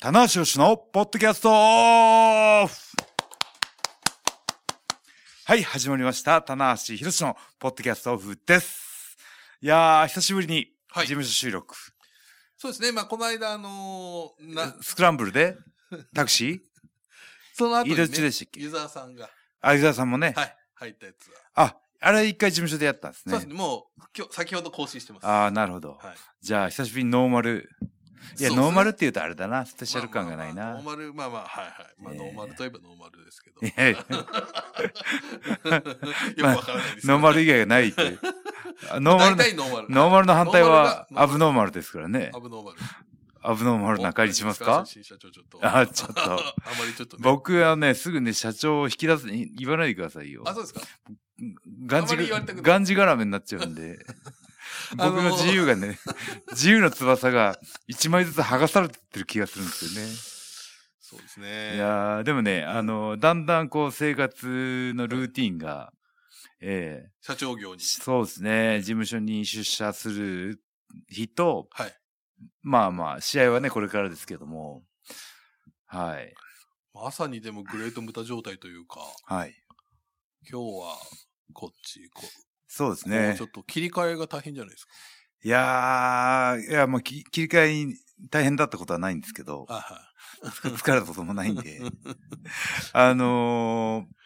棚橋宏のポッドキャストオフはい、始まりました。棚橋宏のポッドキャストオフです。いやー、久しぶりには事い務所収録。そうですね。まあ、この間、あのーな、スクランブルでタ クシーその後に、移ね動、中でしたっけユーザーさんが、あ、伊沢さんもね。はい、入ったやつは。あ、あれ一回事務所でやったんですそうね。ですね。もう、今日、先ほど更新してます。あー、なるほど。はい。じゃあ、久しぶりにノーマル。いや、そうですねノーマルって言うとあれだな。スペシャル感がないまあな。まあまあノーマル、まあまあ、はいはい。まあ、えーノーマルといえばノーマルです けど。いやいやよくわからないですけどノーマル以外がないって いう。あノーマル大の、体ノーマル。ノーマルの反対はノーマルがアブノーマルですからねア。ブノーマル。アブノーマルな感じしますか新社長ちょっと。あちょっとあ まりちょっとね。僕はね、すぐね、社長を引き出す、い言わないでくださいよ。あ、そうですか。がんじあまり言われたくな、いがんじがらめになっちゃうん で。あの僕の自由がね、 自由の翼が一枚ずつ剥がされてってる気がするんですよね。そうですね。いやーでもね、あの、だんだんこう生活のルーティンが、ええ社長業に。そうですね、事務所に出社する日と、はい。まあまあ、試合はね、これからですけども、はい、まさにでもグレートムタ状態というか、はい。今日は、こっち、こそうですもうねちょ。っと切り替えが大変じゃないですいやー、いや、まあ、き切り替えに大変だったことはないんですけ ど、か。はいはい。疲れたこともないんで。あのー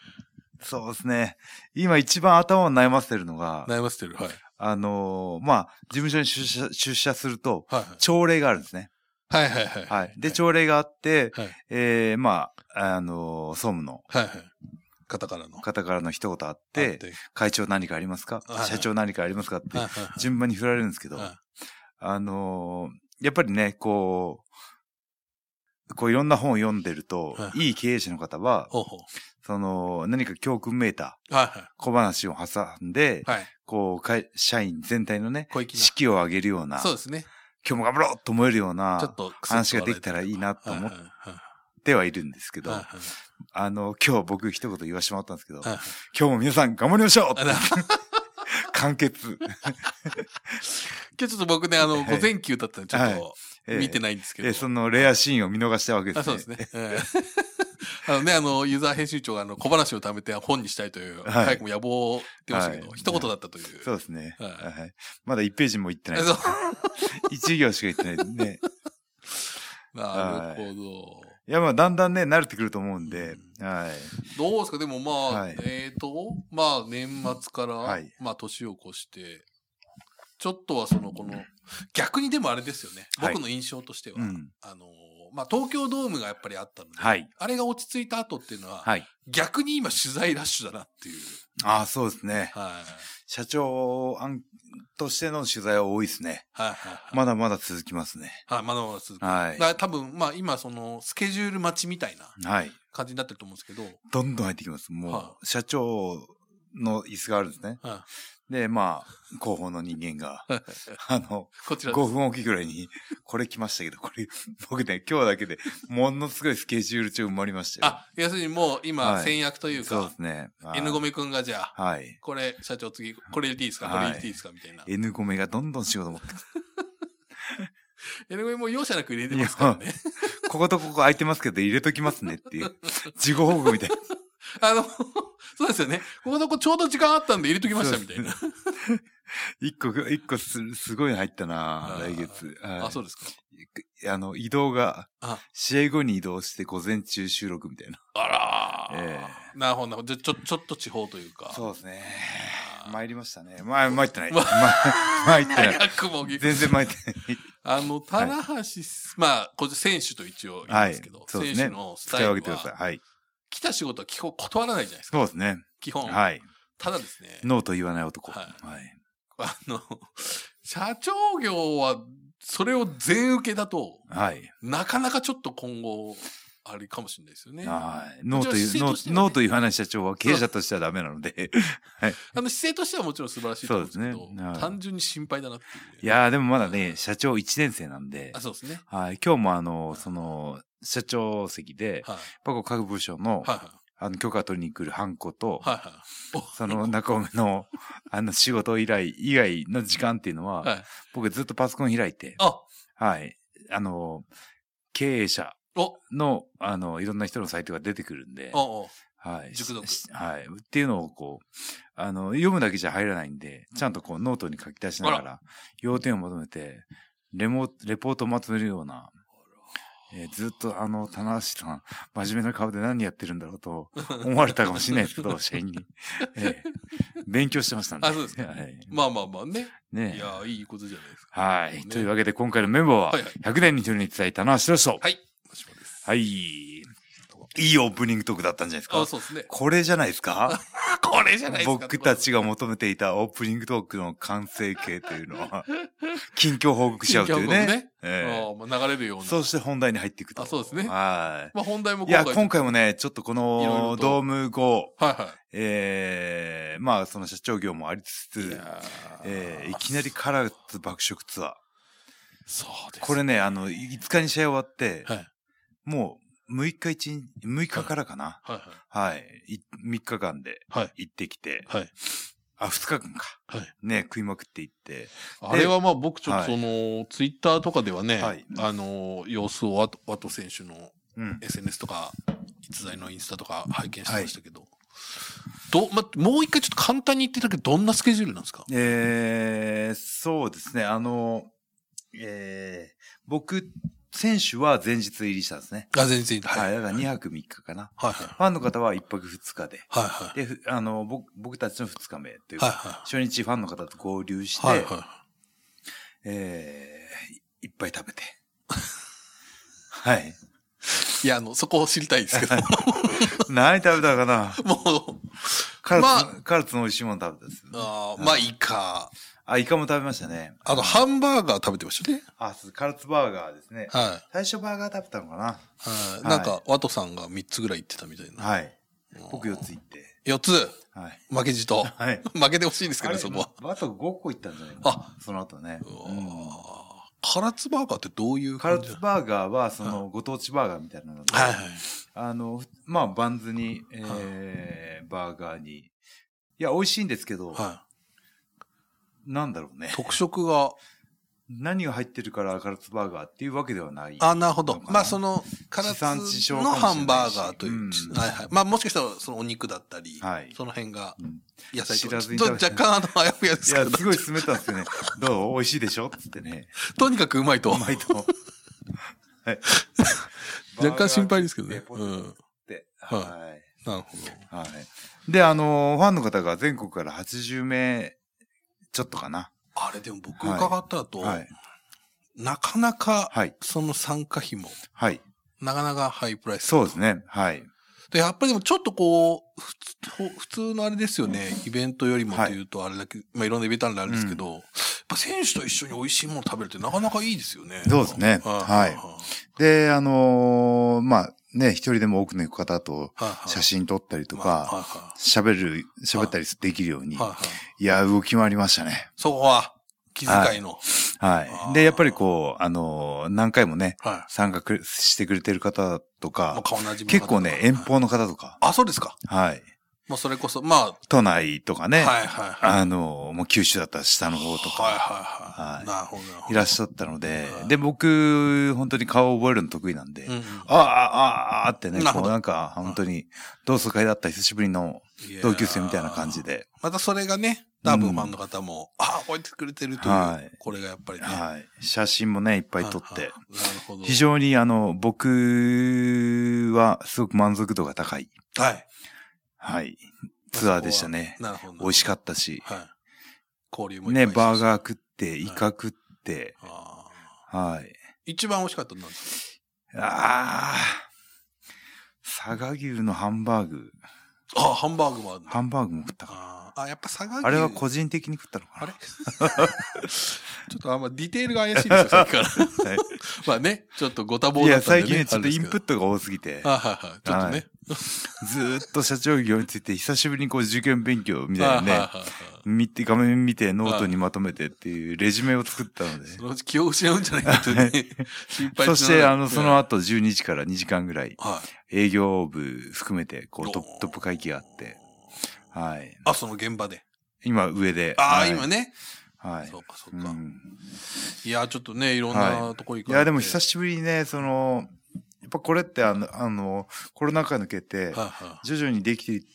そうですね。今一番頭を悩ませてるのが、悩ませてる。はい。あのーまあ、事務所に出社、出社すると、はい朝礼があるんですね。はい。はいはいはい。はい。で、朝礼があって、はいえーまあ、あのー総務のはいはい。カタカナの。方からの一言あっ、あってて会長何かありますか、はい社長何かありますかってはい、はいはい順番に振られるんですけど、はあのーやっぱりね、こう、こういろんな本を読んでると、はいいい経営者の方は、ほうほその、何か教訓めいたう。はい小話を挟んで、はい。はい。こう、会社員全体のね、小粋士気を上げるような、な。そう今ですね。日も頑張ろうと思えるようちょっな、とクスッと話ができたらいいなと思っはいはいではいるんですけど、はいあはいの、今日僕一言言わしてもらったんですけど、はいはい今日も皆さん頑張りましょうあの今完 結。日ちょっと僕ね、あの、 はい午前休だったんで、ちょっと見てないんですけえど。ーそのレアシーンを見逃したわけであすそね。うですね。ええあのね、あの、ユーザー編集長があの小話を貯めて本にしたいという、はい早くも野望を言ってましたけど、はい一言だったという。そうですね。はいはいまだ1ページも行ってない。そう1行しか行ってないね。 なるほど。いや、まあ、だんだんね、慣れてくると思うんで、うはい。どうですかでもまあ、はいえっ、と、まあ年末から、はいまあ年を越して、ちょっとはそのこの、逆にでもあれですよね。はい僕の印象としては、うん。あのー、まあ東京ドームがやっぱりあったので、はい。あれが落ち着いた後っていうのは、はい。逆に今取材ラッシュだなっていう。ああ、そうですね。はい。社長案としての取材は多いですね。はいはいはい。まだまだ続きますね。はい、まだまだ続く。はだいか。ら多分、まあ今そのスケジュール待ちみたいなはい。感じになってると思うんですけど、どんどん入ってきます。もう、は社長の椅子があるんですね。はで、まあ、広報の人間が、い、あの、こちらです5分おきぐらいに、これ来ましたけど、これ、僕ね、今日だけで、ものすごいスケジュール中埋まりましたよ。あ、要するにもう今はい戦略というか、そうですね。はい N ゴメ君がじゃあ、はい。これ、社長次、これ入れていいですか、はいこれ入れていいですかみたいな。 N 米がどんどん仕事持って、えのぐも容赦なく入れてますからね。こことここ空いてますけど入れときますねって いう、事後報告みたいな。あの、そうですよね。ここの子ちょうど時間あったんで入れときましたみたいな。一個、一個す、すごいの入ったなあ来ー月。あ、はそうですか。いあの、移動があ、試合後に移動して午前中収録みたいな。あらー、えなるほどなるほど。じゃ、ちょ、ちょっと地方というか。う。そうですね。参りましたね。ま、参ってない。ま、参ってない。 早くもぎ全然参ってない。あの、棚橋、まあ、これ選手と一応言いますけど、はいそうですね選手のスタ使いイ分けルてください。は、はい。来た仕事は基本断らないじゃないですか。そうですね。基本。はい。ただですね、ノーと言わない男。は。はいあの、社長業は、それを全受けだと、はい。なかなかちょっと今後、あれかもしれないですよね。あはい。ノーと言もちう、ろんノ姿勢としてーはねノーと言わない社長は経営者としてはダメなので。の姿勢としてはもちろん素晴らしいと思うんですけそうど、ですねはい単純に心配だなっていう、ね。いやー、でもまだね、社長1年生なんであ、、そうですね。はい。今日もあの、その、社長席で、はい、パコ各部署の、はい、はいあの、許可取りに来るハンコと、はいはい。おその中込 の、あの、仕事以来、以外の時間っていうのは、はい。僕ずっとパソコン開いて、あ、はい。あの、経営者、おの、あの、いろんな人のサイトが出てくるんで、おうおうはい。熟読しはい。っていうのをこう、あの、読むだけじゃ入らないんで、ちゃんとこうノートに書き出しながあら、要点をまとめて、レモ、レポートをまとめるような、えーずっとあの、棚橋さん、真面目な顔で何やってるんだろうと思われたかもしれないですけど、社員 に。ええ勉強してましたんで。あそうですかはい。まあまあまあね。いねえやー、いいことじゃないですか。はい、ねというわけで今回のメンバーははいはい、 100年に一人に伝えたな、白石と。はい。マシモです。はい。いいオープニングトークだったんじゃないですあ、か。そうですね。これじゃないですか これじゃないですか。僕たちが求めていたオープニングトークの完成形というのは、近況報告し合うという近況報告ねね。あええーまあ流れるような。そして本題に入っていくと。あそうですねはまあ本題もい。いや、今回。今回もね、ちょっとこいろいろのとドーム後、はいはええまあその社長業もありつい。いつ、やーええいきなりカラーズ爆食ツアー。そうです。これね、あの、5日に試合終わって、はい。はいもう6日一日、6日からかな。はい。はい。い3日間ではい行ってきて、はい。あ、2日間か。はいね、食いまくって行って、あれはまあ僕ちょっとその、ツイッターとかではね、はいあの、様子をワトワト選手のうん。 SNS とか、逸材のインスタとか拝見してましたけど、どま、もう一回ちょっと簡単に言っていただけど、どんなスケジュールなんですかえー、そうですね。あの、えー、僕、選手は前日入りしたんですね。あ、全然、は。はいい。だから2泊3日かな。はいはい。ファンの方は1泊2日で。はいはい。で、ふあの、僕、僕たちの2日目というか、はいは初日ファンの方と合流して、い。はいはえー、いいっぱい食べて。はい。い。いや、あの、そこを知りたいですけど、何食べたかな もう、カラツ、まあカラツの美味しいもの食べたんですよ。あーまあいいか。あ、イカも食べましたね。あの、ハンバーガー食べてましたね。あ、そうカラツバーガーですね。はい。最初バーガー食べたのかなはい、はいなんか、ワトさんが3つぐらい言ってたみたいな。はい。僕4つ行って。 4つ、はい。負けじ と。はい。負けてほしいんですけど、そこは。あれあと5個行ったんじゃないかな。あ、その後ね。うわうんー唐津バーガーってどういうカラ感じツバーガーは、その、ご当地バーガーみたいなので、はいはい。あの、まあ、バンズに、えー、バーガーに。いや、美味しいんですけど、はなんだろうねい。。特色が、何が入ってるからカラツバーガーっていうわけではない。あ、なるほどの。かなまあその、唐地産地津消のかもしれないしハンバーガーという。うんはいはい。まあもしかしたらそのお肉だったり、はいその辺がうん野菜と知らか、ずちにょっと食べ若干あの、あやふやでいすけや、ど、すごい勧めたんですよね。どう美味しいでしょつってね。 とにかくうまいと。うまいと。はい 若干心配ですけどね。バーうガーん。ってはいはなるほど。い。はい。で、あのー、ファンの方が全国から80名ちょっとかな。あれでも僕伺った後、はい。なかなか、はい。その参加費も、はい。なかなかハイプライス。そうですね。はい。で、やっぱりでもちょっとこう、普通ほ普通のあれですよね、イベントよりもはいというとあれだけ、まあいろんなイベントあるんであれですけど、やっぱ選手と一緒に美味しいもの食べるってなかなかいいですよね。そうですねはいはいで、あのー、まあ、ね、一人でも多くの方とはい。写真撮ったりとまあか、は喋る、喋ったりできるようにいはい。。はいはい。いや、動き回りましたね。そこは、気遣いの。はい。で、やっぱりこう、あのー、何回もね、は参加くれしてくれてる方とい。もうか、顔なじみの結方とか構ね、遠。方の方とか、あ、そうですか。はい。もうそれこそ、ま都内とかあ、はね、いはいはい。あの、もう九州だったら下の方とはいか、はいは。はいいなるほどなるほいど。らっしゃったので、はいで、僕、本当に顔を覚えるの得意なんで、うんうんああ、ああ、あってね、なるほこどうなんか、本当に、同窓会だった久しぶりの同級生みたいな感じ。で、またそれがね、多分ファンの方も、ああ、覚えてくれてるという、はいこれがやっぱりね。はい。写真もね、いっぱい撮っはいては、いなるほど。非常にあの、僕はすごく満足度が高い、はい。はい、ツアーでしたね。なるほど。美味しっかったし、た。はい。交流もね、バーー。ガー食って、イカ食って、あーはい。一番美味しかったのなんですああ。佐賀牛のハンバーグ。かあー、ハンバーグもあるんだハンバーグも食ったかあーあ、やっぱ佐賀ら。牛。あれは個人的に食ったのかなあれ ちょっとあんまディテールが怪しいですよ、さっきから。はい まあね、ちょっとご多忙いだや、ったん最で、近ね、ね。ちょっとインプット。トが多すぎて、あはいはい。ちょっとね。ずーっと社長業について久しぶりにこう受験勉強みたいあなね、はいはいはい見て、画面見てノートにまとめてっていうレジュメを作ったので。そのうち気を失うんじゃないかというね心配そして、あの、その後、後12時から2時間ぐらい、は営業部含めて、こう、トッおープ、トップ会議があって、はい。い。あ、その現場で。今、上で。ああ、はい今ね。はいそう。か、そううか。んいや、ちょっとね、いろんなとこ行いや、でもし久しぶりにね、その、ぱこれってあの、あの、コロナ禍抜けて、はいは徐々にできて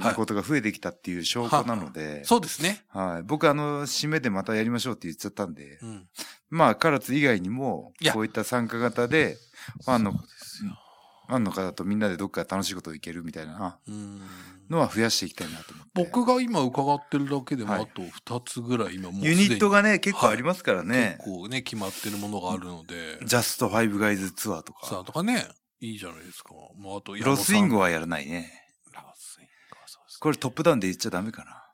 はいることが増えてきたっていう証拠なのでい。、そうですね。はい。僕、あの、締めでまたやりましょうって言っちゃったんで、うん。まあ、唐津以外にもいや、こういった参加型で、ファンの、フですよァンの方とみんなでどっか楽しいことをいけるみたいなうん。のは増やしていきたいなと思って。僕が今伺ってるだけでもはいあと2つぐらい今もうユニットががね、結構ありますから結ね。構ね、決まってるものがあるので、ジャストファイブガイズツアーとさあか。とかね、いいじゃないですか。もうあと、ロスインゴ。ゴはやらないね。ラスインゴはそうですねこれトップダウンで言っちゃダメかな。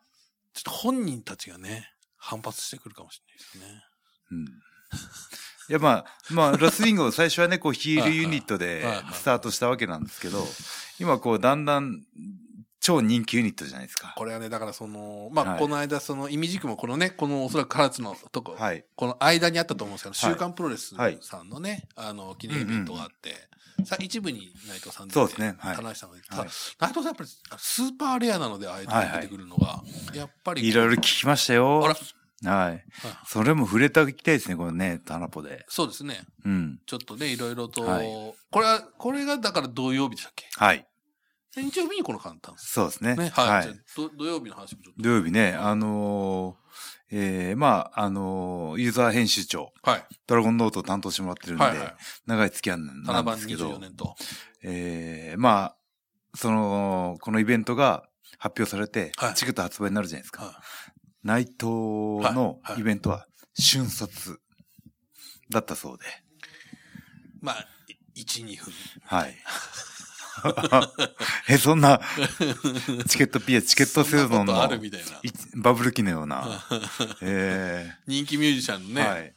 ちょっと本人たちがね、反発してくるかもしれないですね。うん。いや、まあ、まあ、ロスインゴ最初はね、こうヒールユニットではいはいスタートしたわけなんですけど、今こうだんだん超人気ユニットじゃないですか。これはね、だからその、まあ、はいこの間、その、イミジクもこのね、このおそらく唐津のとこ、はい。この間にあったと思うんですけど、はい週刊プロレスさんのね、あの、記念イベントがあって、さ一部に内藤さん出てそうですねはい話したので、ただはい内藤さんやっぱりスーパーレアなので、ああいうとこに出てくるのが、やっぱり、いろいろ聞きましたよ。あら、はい。はいそれも触れていきたいですね、このね、タナポで。そうですね。うん。ちょっとね、いろいろと、はいこれは、これがだから土曜日でしたっけはい。で日曜日にこの簡単ですそうですね。ね。はい。じゃあど土曜日の話もちょっと。土曜日ね、あのーえーまあ、あのーユーザー編集長、はい。ドラゴンノートを担当してもらってるんで、はいはい。長い付き合いな七ん番ですけ24ど、年と。えーまあ、その、このイベントが発表されて、はいチケット発売になるじゃないですか。は内藤のはいはいイベントは瞬殺だったそうで、い。まあ、1、2分。 はい。え、そんな、チケットピア、チケット製そ造んなことのあるみたいな。いバブル期のような、え人気ミュージシャンのー ね、はい。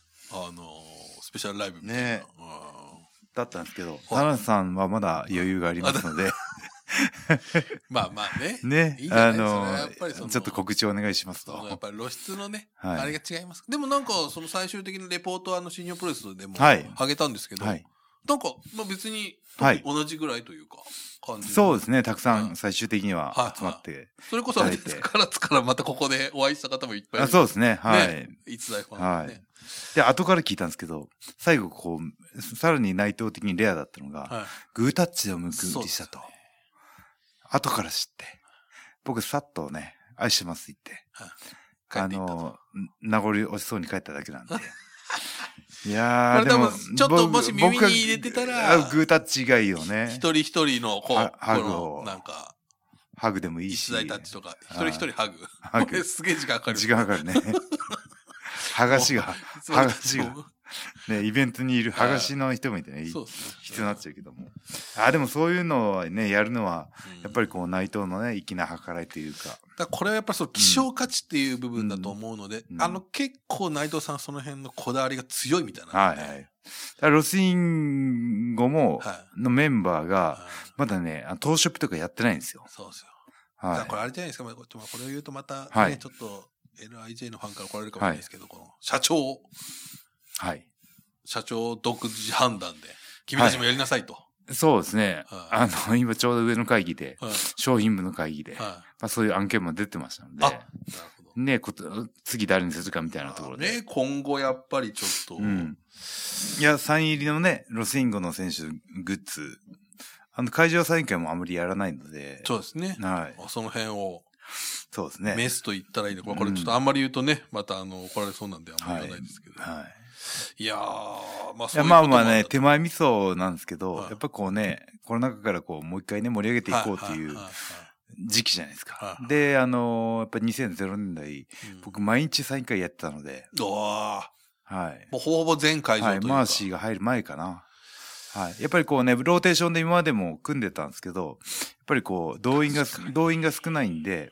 あのースペシャルライブみたいな。ねうんだったんですけど、田中さんはまだ余裕があります ので、まあまあね。 ねいい、んじあゃないのそれはやっぱりそのちょっと告知をお願いしますそのとやっ。ぱり露出のね、はいあれが違います。でもなんか、その最終的なレポートはあの、新日本プロレスでも、はいあげたんですけど、はい。なんか、まあ別に、はい同じぐらいというか、感じ。そうですね、たくさうんん最終的にはいは集まって。それこそあれですいただいて唐津からまたここでお会いした方もいっぱいいある。そううですね、はい。逸材ファンでね。で、後から聞いたんですけど、最後こう、さらに内藤的にレアだったのが、はい。グータッチを向くそうでりしすたねと。後から知って。僕、さっとね、愛してますって言って。帰っあていったとの、名残惜しそうに帰っただけ なんで。いやこー、れで多も、分ちょっと僕もし耳に入れてたら僕がグータッチ以外をね一、人一人の、こう、ハハグこのをなんか、ハグでもいいし。逸材たちとか、一は人い一人ハグ。ハこれグ。 すげえ時間かかる。時間かかる ね。はがしが、いつまでハグ違経ってもね、イベントにいるはがしの人もいてね、そうですね。必要になっちゃうけども。あ、でもそういうのをね、やるのは、うんやっぱりこう内藤のね、粋な計らいというか。だからこれはやっぱりその希少価値っていう部分だと思うので、うんあの結構内藤さんその辺のこだわりが強いみたいなはんいではい。ね、だからロスインゴも、はのメンバーいが、はいまだね、あ東ショップとかやってないんですよ。そうですよ。だからこはれあれじゃないですか、まあ、こっちもこれを言うとまたね、はいちょっと LIJ のファンから来られるかもしれないですけど、この社長、い。はい。社長独自判断で、君たちもやりなさいと。そうですね。はあの、 今ちょうど上の会議で、はい。商品部の会議で、まはあそういう案件も出てましたのい。であ、な、るほど。ね、こと次誰にするかみたいなところで。ね、今後やっぱりちょっと、うん。いや、サイン入りのね、ロスインゴの選手グッズ、あの、会場サイン会もあまりやらないので、そうですね。はい。その辺をそうですね。メスと言ったらいいのか、これうんちょっとあんまり言うとね、またあの怒られそうなんであんまり言わないですけど。はい。い、やー、まあいそうやいうことまあまあもね、る手前味噌なんですけど、はいやっぱこうね、コロナ禍からこう、もう一回ね、盛り上げていこうっていうはは時期じゃないですはいかは。いで、あのーやっぱ2000年代、いはい僕毎日サイン会やってたので、うんうわはいー。もうほぼほぼ全会場はとい、いうか、マーシーが入る前かな。はい。やっぱりこうね、ローテーションで今までも組んでたんですけど、やっぱりこう、動員が確か、に動員が少ないんで、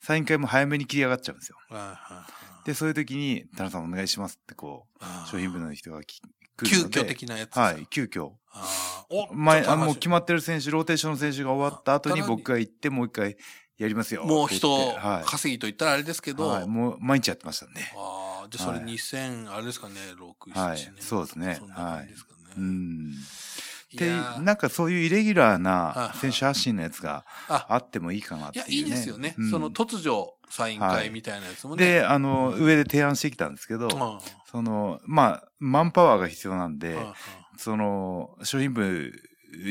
サイン会も早めに切り上がっちゃうんですよ。はいはいで、そういう時に、田中さんお願いしますってこはう、い商品部の人がき来急るので。遽的なやつですかはい、急遽。あーお前、ちょっあと話もう決まってる選手、ローテーションの選手が終わった後にあ僕が行って、もう一回やりますよ。もうって言って人は稼ぎと言ったらあれですけい。ど、はい、もう毎日やってましたんで。あーじゃあそれはい2000、あれですかね、6、7年、はいそうですねそんな感じですかね。うん。いで、やーなんかそういうイレギュラーはない選手発信のやつがああってもいいかなっいていやう、、ね。いいですよね。うんその突如サインは会いみたいなやつもね。で、あの、上で提案してきたんですけど、うんその、まあ、マンパワーが必要なんで、うんうんその、商品部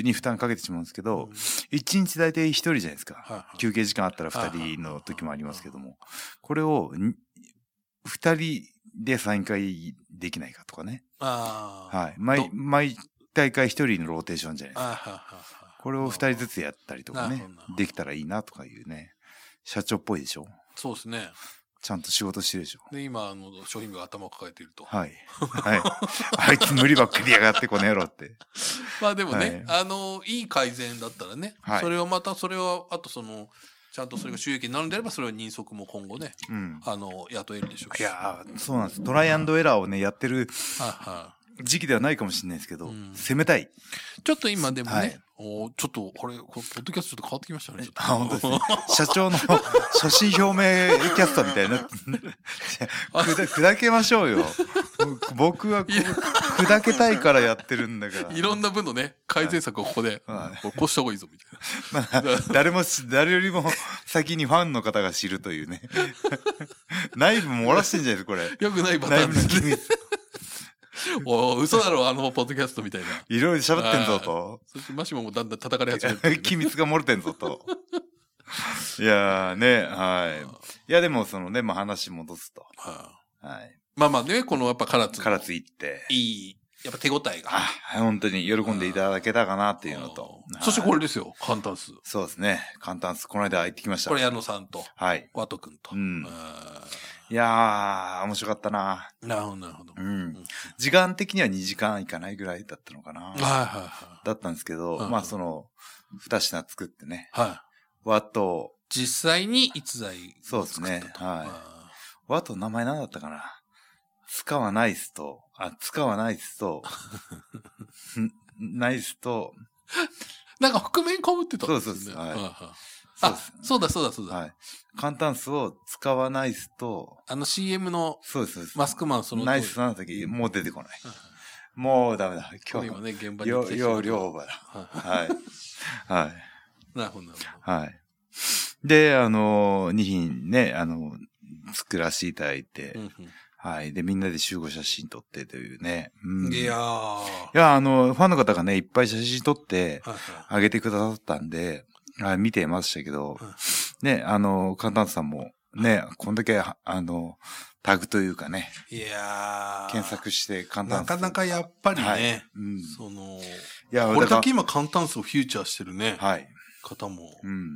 に負担かけてしまうんですけど、一日大体一人じゃないですか。はいはい休憩時間あったら二人の時もありますけども、これをに二人で3回できないかとかね。ああ。はい。ど毎、毎大会一人のローテーションじゃないですか。あーはいはいはいこれを二人ずつやったりとかなるねほどなるほ、どできたらいいなとかいうね、社長っぽいでしょそうですね。ちゃんと仕事してるでしょで、今、あの、商品部が頭を抱えていると。 はい。はい。あいつ無理ばっかりやがって、この野郎って。まあでもね、あの、いい改善だったらね、はいそれをまた、それは、あとその、ちゃんとそれが収益になるんであれば、それは人足も今後ね、うん。あの、雇えるでしょうし。いやーそうなんです。トライアンドエラーをね、やってるはいは時期ではないかもしれないですけど、うん攻めたい。い。ちょっと今でもね、はいおーちょっと、これ、こポッドキャストちょっと変わってきましたね。ちょっとあ、本当です ね。社長の 所信表明キャストみたいな。 くだ砕けましょうよ。僕はこいやう砕けたいからやってるんだから。いろんな分のね、改善策をここで、はいこうこうした方がいいぞ、みたいな。 誰もし、誰よりも先にファンの方が知るというね。 内部漏らしてんじゃないですか、これ。よくないパ内ター部ンのです機ね。密。 おー嘘だろ、あの、ポッドキャストみたいな。いろいろ喋ってんぞ と。そして、マシモもだんだん叩かれ始めてる機密が漏れてんぞと。いやーね、はい。いや、でもそのね、まあ話戻すと。ははい。いまあまあね、このやっぱ唐津からのついって。いい、やっぱ手応えが。あ、本当に喜んでいただけたかなっていうのとうん。そしてこれ。れですよ、簡単数。そうですね。簡単です。この間行ってきました。これ矢野さんと、はい。ワト君と。うんないやー、面白かったな。るほど、なるほど。う。うんん時間的には2時間いかないぐらいだったのかなはい。はいだったんですけど、うんまあその、二品作ってね、はい。はい。和と、実際に逸材そうをです作ねったと。はい和と名前何だったかな使わないっすと、あ、使わないっす と、んないっすと、い。なんか覆面被ってたんですよそうそね。うそうはいはいはいそうあです、そうだそうだそうだ。はい。簡単数を使わないっすと、あの CM のそうです、そうです。マスクマンそのナイスな。なんだっけもう出てこない。もうダメだ。今今日今ね、現場によ、よ、量。両場だ。はは い。はい。いなるほど、なるほはい。で、あの、2品ね、あの、作らせていただいて、ど。はい。で、みんなで集合写真撮ってというね。ううんうんん、いやー。いはや、あの、ファンの方がね、いっぱい写真撮って、いはいあげてくださったんで、あ見てましたけどうん、ね、あの、カンタンさんも、ね、こんだけ、あの、タグというかね、いやー。検索してカンタンなかなかやっぱりね、はいうん。いその、や、これだだけけ今簡単数をフィーチャーしてるね、はい。方もうん。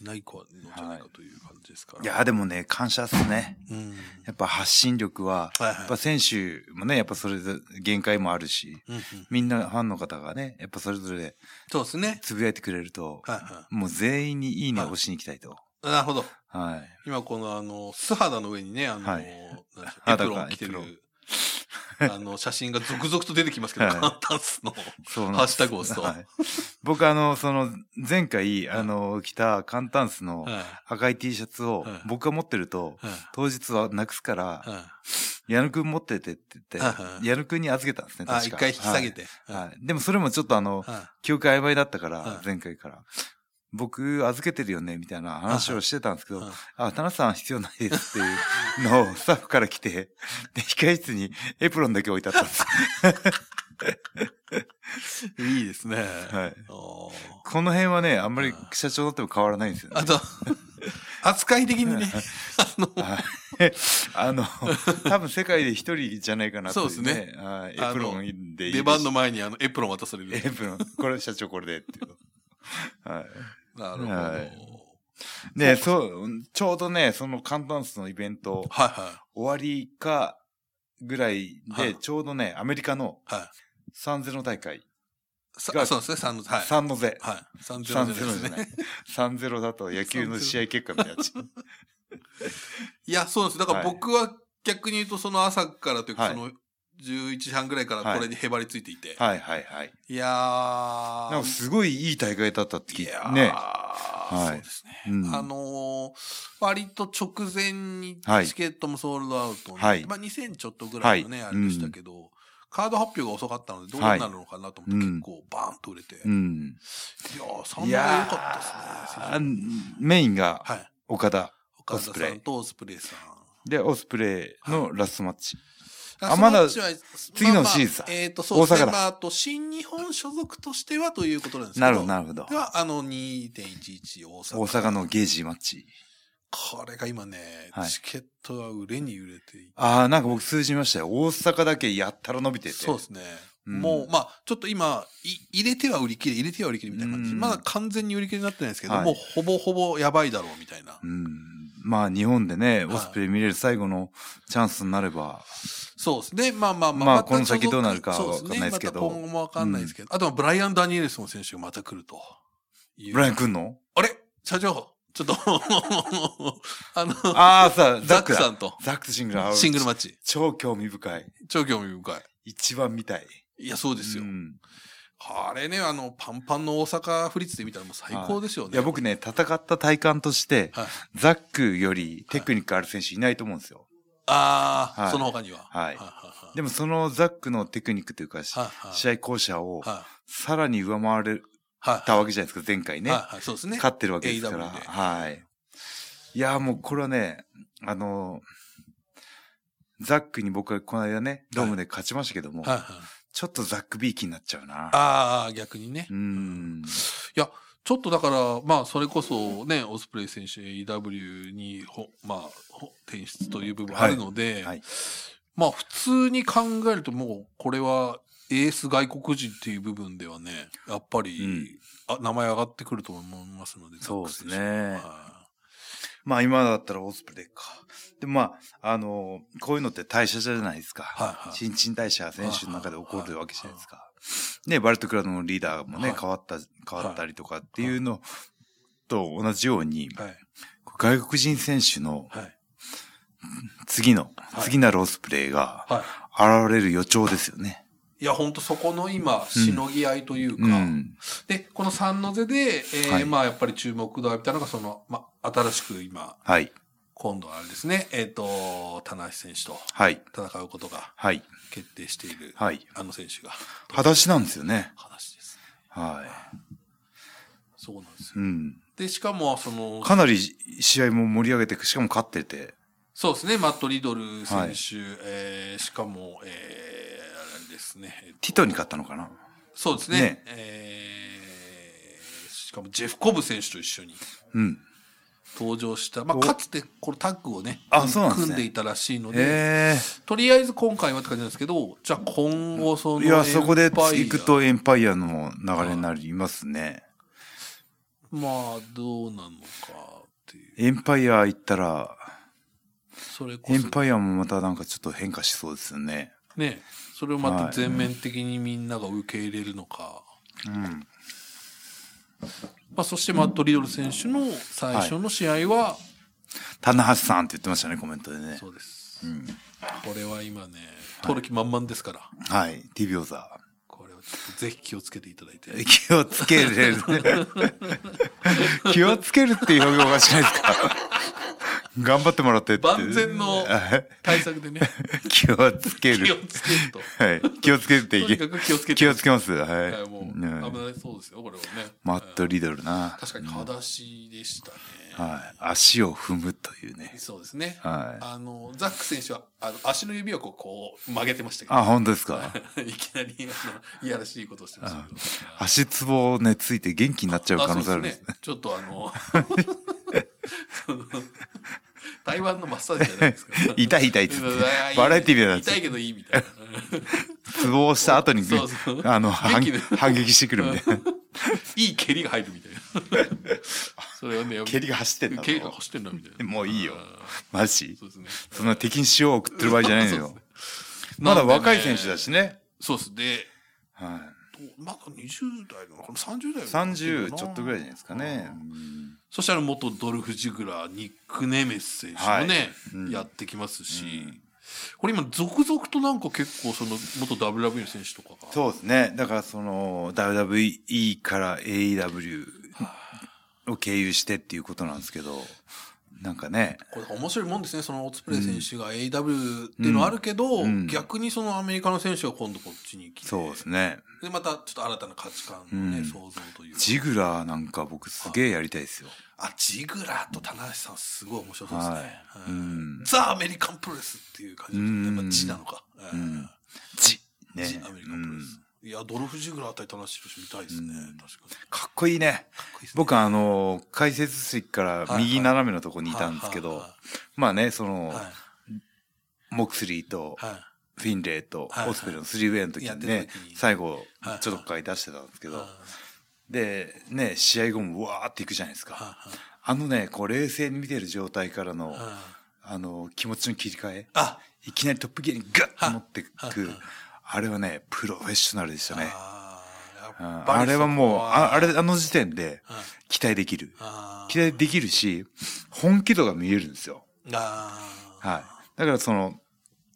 いないかのじゃないかという感じですから。いや、でもね、感謝っすね。うん。やっぱ発信力は、はいやっはぱ選手もね、やっぱそれぞれ限界もあるし、い。うんうんみんなファンの方がね、やっぱそれぞれそうですね。つぶやいてくれると、はいはもう全員にいいねを押しに行きたいと。い。なるほど。はい。今このあの、素肌の上にね、あの、はいなんでしょうエあプだかロらン着てエプるロン、あの、写真が続々と出てきますけ ど、はい簡単数の。そうなんハでッすシュタグを押すと。ははいい、僕あの、その、前回、あの、着たカンタンスのはい赤い T シャツをはい僕が持ってると、当日はなくすから、はい矢野くん持っててって言っはいて、矢野くんに預けたんですね、確かあ、一回引き下げ。て。はいはい。でもそれもちょっとあの、はい記憶曖昧だったかはらい、前回から。僕、預けてるよね、みたいな話をしてたんですけはいどはい、あ、田中さん必要ないですっていうのをスタッフから来て、で、控室にエプロンだけ置いてあったんです。いいですね。はい。おーこの辺はね、あんまり社長だっても変わらないんですよねあ。と、扱い的 にね、あの、はい あ の、多分世界で一人じゃないかなという、ね。そうですはいあのエプロンでいいです出番の前にあのエプロン渡される。エプロン、これ社長これでっていう。 はい。なるほど。ははいいねそう、ちょうどね、その簡単数のイベントは終わりかぐらいで、はいちょうどね、アメリカのい。はい。サンゼロ大会。さがそうですね、三の、はい。サンノゼ。はい。三ゼサロンゼゼロロでじゃすなね。い。サンゼロだと野球の試合結果みたいなや つ。いや、そうなんです。だからはい僕は逆に言うと、その朝からというか、はいその11時半ぐらいからはいこれにへばりついていて。はいはいはい。い、やー。なんかすごいいい大会だったって聞いいてや。ーね。いそうですね。うんあのー割と直前にはいチケットもソールドアウトに、はいまあ2000ちょっとぐらいのね、はいあれでしたけど、カード発表が遅かったのでどうなるのかなと思って、はい結構バーンと売れて、ういん。やー、3い倍良やかったですね。ーメインがはい。岡田。岡オス田プさレんイとオスプレイさん。で、オスプレイのラストマッチ。あまだそのうちは次のまあまあシーズンだえっ、と、そうです大ね。阪だまあ、あと、新日本所属としてはということなんですけど。なるほど、なるほどで。は、あの、2.11大阪。大阪のゲージマッチ。これが今ね、はいチケットが売れに売れていて。ああ、なんか僕数字見ましたよ。大阪だけやったら伸びてて。そうですね。うんもう、まあ、ちょっと今、い入れては売り切れ、入れては売り切れみたいな感じ。うんまだ完全に売り切れになってないですけど、はいもうほぼほぼやばいだろうみたいな。うん。まあ日本でね、はいオスプレイ見れる最後のチャンスになれば、そうですね。まあまあまあ。まあたこの先どうなるかはそうすねわかんないですけどまた今後もわかんないですけど。あとはブライアン・ダニエルソン選手がまた来るという。ブライアン来んのあれ社長、ちょっと、あの、ああ、さ、ザザッッククださんとザックシングルあシングルマッチ。超興味深い。超興味深一番見たい。い。いや、そうですよ。うんあれね、あの、パンパンの大阪府立で見たらもう最高ですよね。いや、僕ね、戦った体感として、はいザックよりテクニックある選手いないと思うんですよ。ああ、はいその他には。はいはいでもそのザックのテクニックというか、しはいはい試合巧者をはいさらに上回れはいたわけじゃないですか、前回ね。はいはいそうですね。勝ってるわけですから。 AEW ではい。いや、もうこれはね、あの、ザックに僕はこの間ね、ドームで勝ちましたけども、はいはいちょっとザックビーキになっちゃうな。ああ、逆にね。ういん。や、ちょっとだから、まあ、それこそね、オスプレイ選手 AW にほ、まあ、ほ転出という部分あるので、はい。まあ、普通に考えるともう、これは、エース外国人っていう部分ではね、やっぱり、うんあ名前上がってくると思いますので、そうですねザック選手はまあ今だったらオスプレイか。でもまあ、あの、こういうのって代謝じゃないですか。はいはい新陳代謝が選手の中で起こるわけじゃないですか。ね、バルトクラブのリーダーもね、はい変わった、変わったりとかっていうのと同じように、はい。外国人選手のはい。はい。次の、い次なるオスプレイがはい。現れる予兆ですよね。いや、本当そこの今、しのぎ合いというか、うん。で、この三の瀬で、えーはいまあ、やっぱり注目度を浴びたのが、その、まあ、新しく今、はい。今度はあれですね、えっ、と、棚橋選手とはい。戦うことがはい。決定している、はい。あの選手が、裸足なんですよね。話ですね。はそうなんですい。よ。うん。で、しかも、その、かなり試合も盛り上げて、しかも勝ってて。そうですね、マット・リドル選手、はいえーしかも、えーあれですね、えーとティトに勝ったのかなそうですね、ねえーしかもジェフ・コブ選手と一緒にうん。登場した、まあ、おかつてこのタッグをね、あそうなんですね組んでいたらしいので、ええとりあえず今回はって感じなんですけど、じゃあ今後その、いや、そこでエンパイア行く。とエンパイアの流れになりますね。まあ、どうなのかっていう。エンパイア行ったら、それこエそン、パイアもまたなんかちょっと変化しそうですよね。ね、それをまはたい全面的にみんなが受け入れるのか。うん。まあ、そしてマット・リドル選手の最初の試合は、棚橋さんって言ってましたね、コメントでねそ。うです、これは今ね、取る気満々ですから、はい。ティビオザ。これはちょっとぜひ気をつけていただいて。気をつけれる。 気をつけるっていう表現おかしくないですか頑張ってもらってって。万全のはい対策 でね、気をつけ気をる。つけると。はい。気をつけていとにけ。かく気をつけて。気をつけます。はい。はい、もう、ね危ないそうですよ、これはね。マット・リドルな。確かに裸足でしたね。はい。足を踏むというね。そうですね。はいあの、ザック選手は、あの、足の指をこう、こう曲げてましたけあ、ど。本当ですか。 いきなり、あの、いやらしいことをしてましたけど。足つぼをね、ついて元気になっちゃう可能性あるんですね。ね。ちょっとあの、 その台湾のマッサージじゃないですか。痛い痛いっつって。 バラエティーでなっ痛いて、けどいい みたいな。つぼをした後に、そうそうあの、反元気で反撃してくるんで。いい蹴りが入るみたいな。 それはね、蹴りが走ってんだ蹴りが走ってんだみたいな。もういいよあー。マジそうですね。そんな敵に塩を送ってる場合じゃないのそうよで。まだ若いなん選でね手だしね。そうです。で、はまだ20代の、この30代い。30のちょっとぐらいじゃないですかね。そしたら元ドルフ・ジグラー、ニック・ネメス選手もね、はいうんやってきますし、これ今続々となんか結構その元 WW の選手とかが、そうですね。だからその、WWE から AEW を経由してっていうことなんですけど、なんかね、これ面白いもんですね、そのオーツプレイ選手が AW っていうのはあるけど、うん逆にそのアメリカの選手が今度こっちに来て、そうですね。で、またちょっと新たな価値観のうね、ん創造というか。ジグラーなんか僕すげえやりたいですよ。あ、ジグラーと田中さんすごい面白そうですね。はいうんうんザ・アメリカンプロレスっていう感じですね。うんまあ、地なのか。ううんんジね地、アメリカンプロレス。いや、ドルフ・ジグラー対田中選手見たいですね。うん確かに。かっこいいね。かっこいいですね。僕あの、解説席から右斜めのとこにい見たんですけどは、まあね、そいの、はいモクスリーとはい。はいフィンレイとはいオスプレイのスリーウェイの時やっにてたね時に、最後はい、ちょっと回出してたんですけどは、で、ね、試合後もわーっていくじゃないですいか。はいあのね、こう冷静に見てる状態からの、はいあの、気持ちの切り替え。あいきなりトップギアにガッと持ってはいくはい。あれはね、プロフェッショナルでしたね。あーうやっんぱりあれはもう、ああれ、あの時点ではい期待できる。あー期待できるし、本気度が見えるんですよ。あーはい。だからその、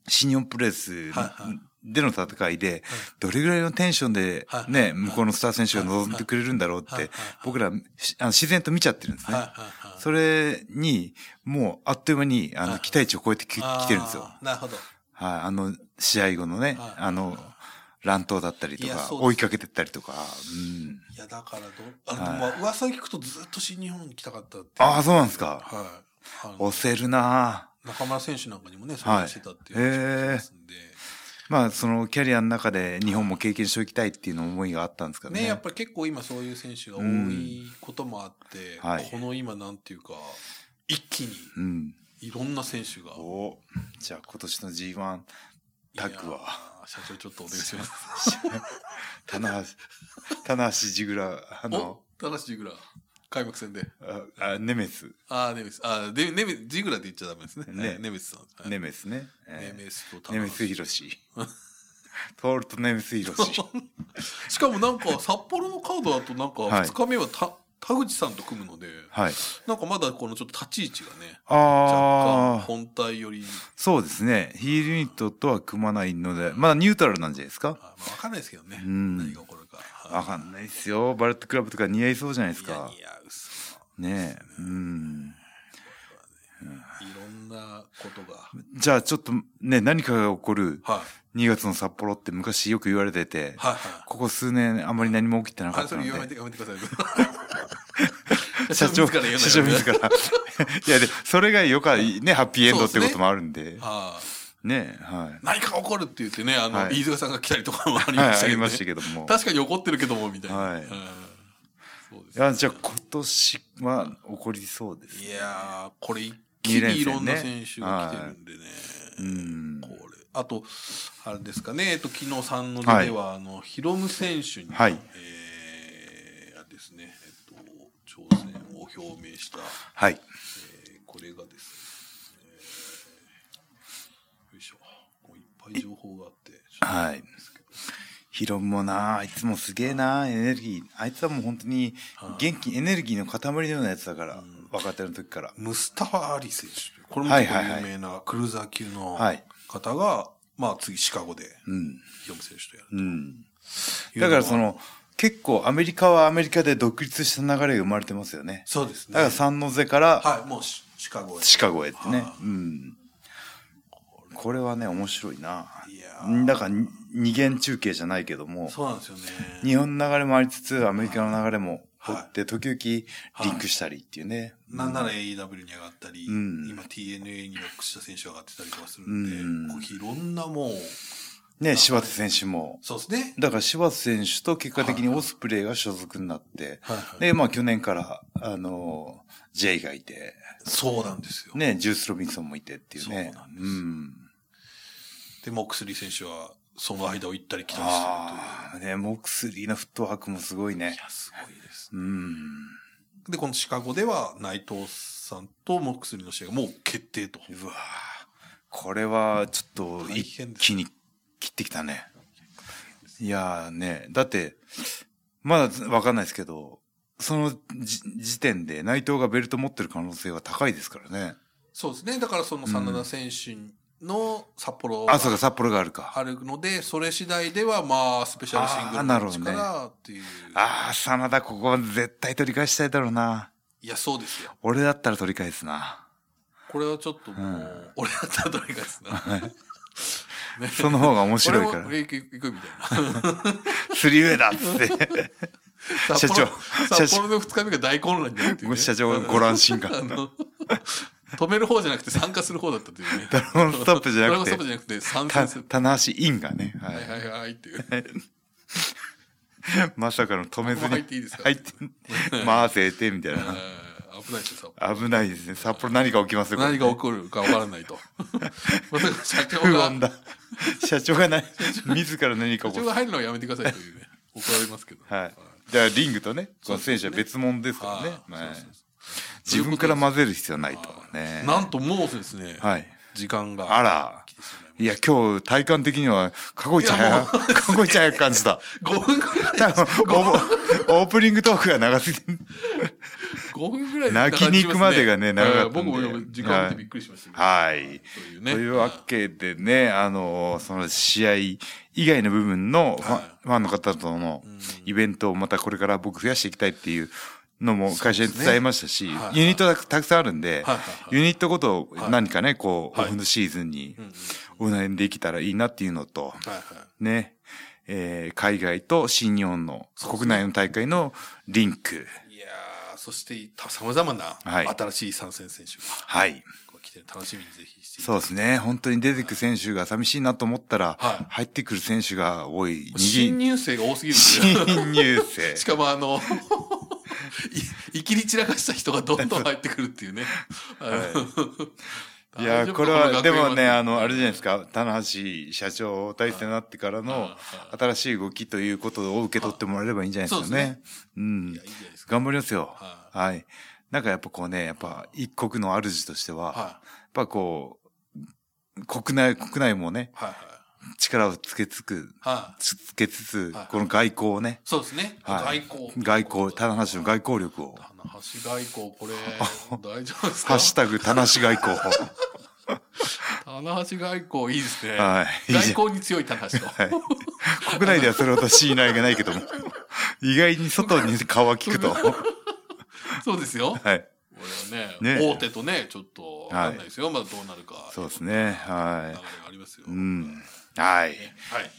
新日本プロレスはいはいでの戦いで、どれぐらいのテンションではいね、向こうのスター選手が望んでくれるんだろうっはいはいて、僕らしあの自然と見ちゃってるんですはいはいね。はいそれに、もうあっという間にあはのい期待値を超えてき来てるんですよ。あーなるほど。はい、あの、試合後のねはい、あの、乱闘だったりといやか、そうです追いかけてったりとか、うん。いや、だからど、あの、まあ噂を聞くとずっと新日本に来たかったって。ああ、そうなんですか。はい。あの押せるなぁ中村選手なんかにもね、参加してたっていう話を聞きますんで。まあ、そのキャリアの中で日本も経験しておきたいっていうの思いがあったんですかね。ね、やっぱり結構今そういう選手が多いこともあって、うんはいこの今なんていうか、一気にうん。いろんな選手が。おじゃあ今年の G1 タッグいは、やー。社長ちょっとお願いします。 棚橋、棚橋ジグラ、あのお、正しいぐらい。開幕戦で。ああネメス、ああ、ネメス。ああ、でネメジグラって言っちゃダメですね。ねはいネメスさん。はいネメスね。ネえーメスとネメスヒロシ。トールとネメスヒロ シ。しかもなんか札幌のカードだとなんかはい2日目はた、田口さんと組むので、はい。なんかまだこのちょっと立ち位置がね、若干ああ、本体より、そうですね。ヒールユニットとは組まないので、まだニュートラルなんじゃないですかあまあ、わかんないですけどね、うん何が起こるか。わかんないですよ。バレットクラブとか似合いそうじゃないですいやかい。や、嘘。ねえ。うん。いろんなことが。じゃあちょっとね、何かが起こるはい。 2月の札幌って昔よく言われてて、はいはい。ここ数年あんまり何も起きてなかあっそたれの言わないで。でやめてく ださい。社長、自ら言うのやめて社長自ら。い や、で、それがよか、ね、ハッピーエンドってこともあるんで。はいね、はい。何か起こるって言ってね、あの、はい飯塚さんが来たりとかもありはい、ましあたりけど、まねしたけども。確かに怒ってるけども、みたいな。はいうんそうですいやじゃあ今年は起こりそうですいね。やー、これ一気にいろんな選手が来てるんでね。うん。これ。あと、あれですかね、えっと、昨日三の出では、あの、ヒロム選手に、はいえー、あれですね、えっと、挑戦を表明した、はい。えー、これがですね、えーよいしょ。もういっぱい情報があって、はいヒロもなあ、いつもすげえなあ、エネルギー。あいつはもう本当に元気、エネルギーの塊のようなやつだから、若手の時から。ムスタファ・アリ選手。これもは結いは構いはい有名なクルーザー級のはい方が、まあ次シカゴでうん。ヒロム選手とやるうん。というだはからそ、の、結構アメリカはアメリカで独立した流れが生まれてますよね。そうですね。だから三ノ瀬からはい、もうシシカゴへ。シカゴへってねは。うん。これはね、面白いないやーだからに二元中継じゃないけども、そうなんですよね。日本の流れもありつつ、アメリカの流れも追はいって、時々リンクしたりっていうね。なんなら AEW に上がったり、うん今 TNA には櫛田選手上がってたりとかするんで、うんこういろんなもう、ね、柴田選手も。そうですね。だから柴田選手と結果的にオスプレイが所属になって、はいはいで、まあ去年から、あの、J がいて、そうなんですよ。ね、ジュース・ロビンソンもいてっていうね。そうなんですよん。で、モックスリー選手はその間を行ったり来たりするという。ああ、ね、モクスリーのフットワークもすごいねい。や、すごいですね。うん。で、このシカゴでは内藤さんとモックスリーの試合がもう決定と。うわーこれはちょっと大一変です気に切ってきたね。いやーね、だって、まだわかんないですけど、そのじ時点で内藤がベルト持ってる可能性は高いですからね。そうですね。だからその真田選手の札幌あ、そうか、札幌があるか。あるので、それ次第ではまあ、スペシャルシングルあーなるのほどね力っていう。ああ、真田ここは絶対取り返したいだろうな。いや、そうですよ。俺だったら取り返すな。これはちょっともう、俺だったらどれかですな。 はいその方が面白いから俺も。俺行く行くみたいな。すり上だっつ って。社長社長札幌の2日目が大混乱になるっていう、ね。社長ご乱心があの止める方じゃなくて参加する方だったという ね。ドラゴンストップじゃなくドラゴンストッて、プじゃなくて参た戦する。棚橋インがね、ははいい、はいはいっていう。まさかの止めず もう入にっていいですか入って、回せてみたいな。えー危ないですよ、危ないですね。札幌何が起きますよ、これ何が起こるかわからないと。まさか 社長不が安、 だ。社長がない、自ら何か起こ社長す。が入るのはやめてくださいというね。怒られますけど。はい。じゃあ、リングとね、この選手は別物ですからね。はいはいそうそうそ自分から混ぜる必要はないと。ねう。なんともうですね、はい。時間が。あら。いや、今日、体感的には、過去一早、過去一早く感じ た。 5分ぐらい、多分オープオープニングトークが長すぎて、 5分ぐらいな泣きに行くまでがね感じます長かったんでえー僕も時間ってびっくりしましたけど。はい。というとね。いうわけでね、あの、その試合以外の部分のファンはいファンの方とのイベントをまたこれから僕増やしていきたいっていうのも会社に伝えましたし、はいユニットがたくさんあるんではいはいは、ユニットごと何かね、こう、はいオフのシーズンに応援できたらいいなっていうのと、はいはい。ね、えー海外と新日本の国内の大会のリンク、いやーそしてさまざまなはい新しい参戦選手がはい。こう来てる楽しみにぜひしていたそうですね。本当に出てく選手が寂しいなと思ったら、はい入ってくる選手が多い。新入入生が多すぎるんで。新入生しかもあのい いきり散らかした人がどんどん入ってくるっていうね、い大丈や、夫これは、学で園もね、あの、あれじゃないですか、棚橋社長体制になってからのはい新しい動きということを受け取ってもらえればいいんじゃないですかそうですねね。うんいや。いいじゃないですか頑張りますよ。ははい。なんかやっぱこうね、やっぱ一国の主としては、やっはいぱこう、国内、国内もね、はいはい力をつけつく、はいつつけつつはい、この外交をね、そうですね、はい外交外交、棚橋の外交力を。棚橋外交これ 大丈夫ですハかッシュタグ、棚橋外交。棚橋外交いいですね、はい。いい外じゃん交に強い棚橋と、国内ではそれほど信頼がないけども、意外に外に顔は聞くと。はそうですよい。これはねね大手とねちょっと分かんないですよ、まだどうなるかそうですね。流れはがありますよ、い。うん。はい。はい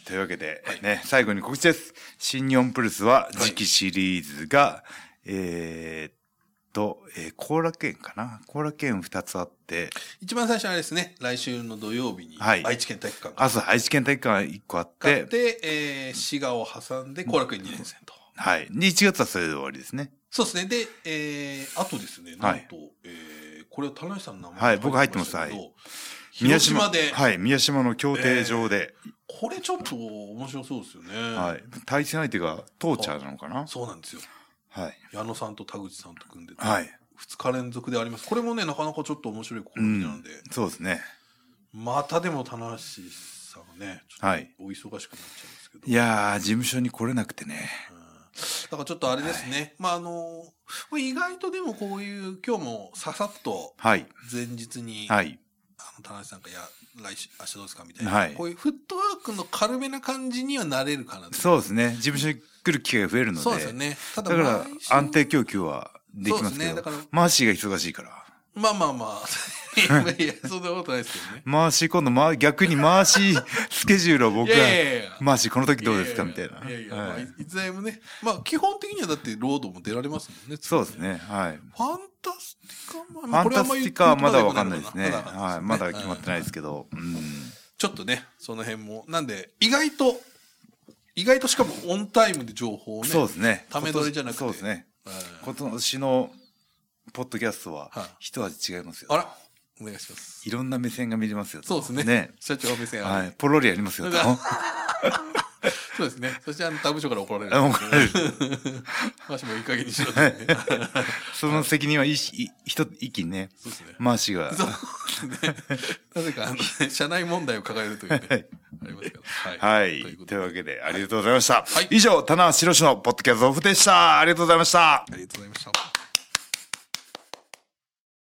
というわけで、ね、最後に告知です。新日本プルスは次期シリーズが、えーっと、えー、後楽園かな後楽園2つあって、一番最初はあれですね来週の土曜日にはい愛知県体育館がああ、そう、愛知県体育館1個あっって、て、えー滋賀を挟んで後楽園2連戦と、はい。で、1月はそれで終わりですね。そうですねで、えーあとですねなんと、えーこれは田中さんの名は前い僕入ってますけどは広島で、はい、宮島の協定上で、これちょっと面白そうですよね、はい、対戦相手がトーチャーなのかなそうなんですよはい。矢野さんと田口さんと組んでて、はい。 2日連続でありますこれもねなかなかちょっと面白い試みなんで、そうですね。またでも棚橋さんがねちょはっいとお忙しくなっちゃいますけど、いやー、事務所に来れなくてね。だからちょっとあれですね、まああのこれ意外とでもこういう今日もささっとはい。前日に、はい。あの田中さんがいや来週明日どうですかみたいな、はいこういうフットワークの軽めな感じにはなれるかなとそうですね。事務所に来る機会が増えるので。そうですよねただから毎、週安定供給はできますけそうですねだどから、マーシーが忙しいから。まあまあま あいやいやそんなことないですけどねマーシー、今度、ま、逆にマーシー スケジュールを僕がいやいやいやいや、マーシーこの時どうですかみたいな。いやいや、まはあいいいつでもね、まあ基本的にはだってロードも出られますもんね。そうです。ね。はい。ファンタスティカはフまあァこンれタスはあんテまりィカはまだわかんない ですね。言ってこはい。まだ決まってないですけど。うん。ちょっとね、その辺も。なんで、意外と、意外としかもオンタイムで情報をね。そうですね。ため撮りじゃなくてそうですね。はい今年のポッドキャストははい一味違いますよ。あら、お願いします。いろんな目線が見れますよ。そうですね。ね。社長目線あはる、い。ポロリありますよ。だとそうですね。そしてあの、他部署から怒られる。あ怒られるマシもいい加減にしろってね。その責任は一しい一一気にね、そうですね。マーシーが。そうですね。なぜか、あのね、社内問題を抱えるというね。はいありますから。はいというこ。とというで。わけで、ありがとうございました。はい以上、棚橋宏のポッドキャストオフでした。ありがとうございました。ありがとうございました。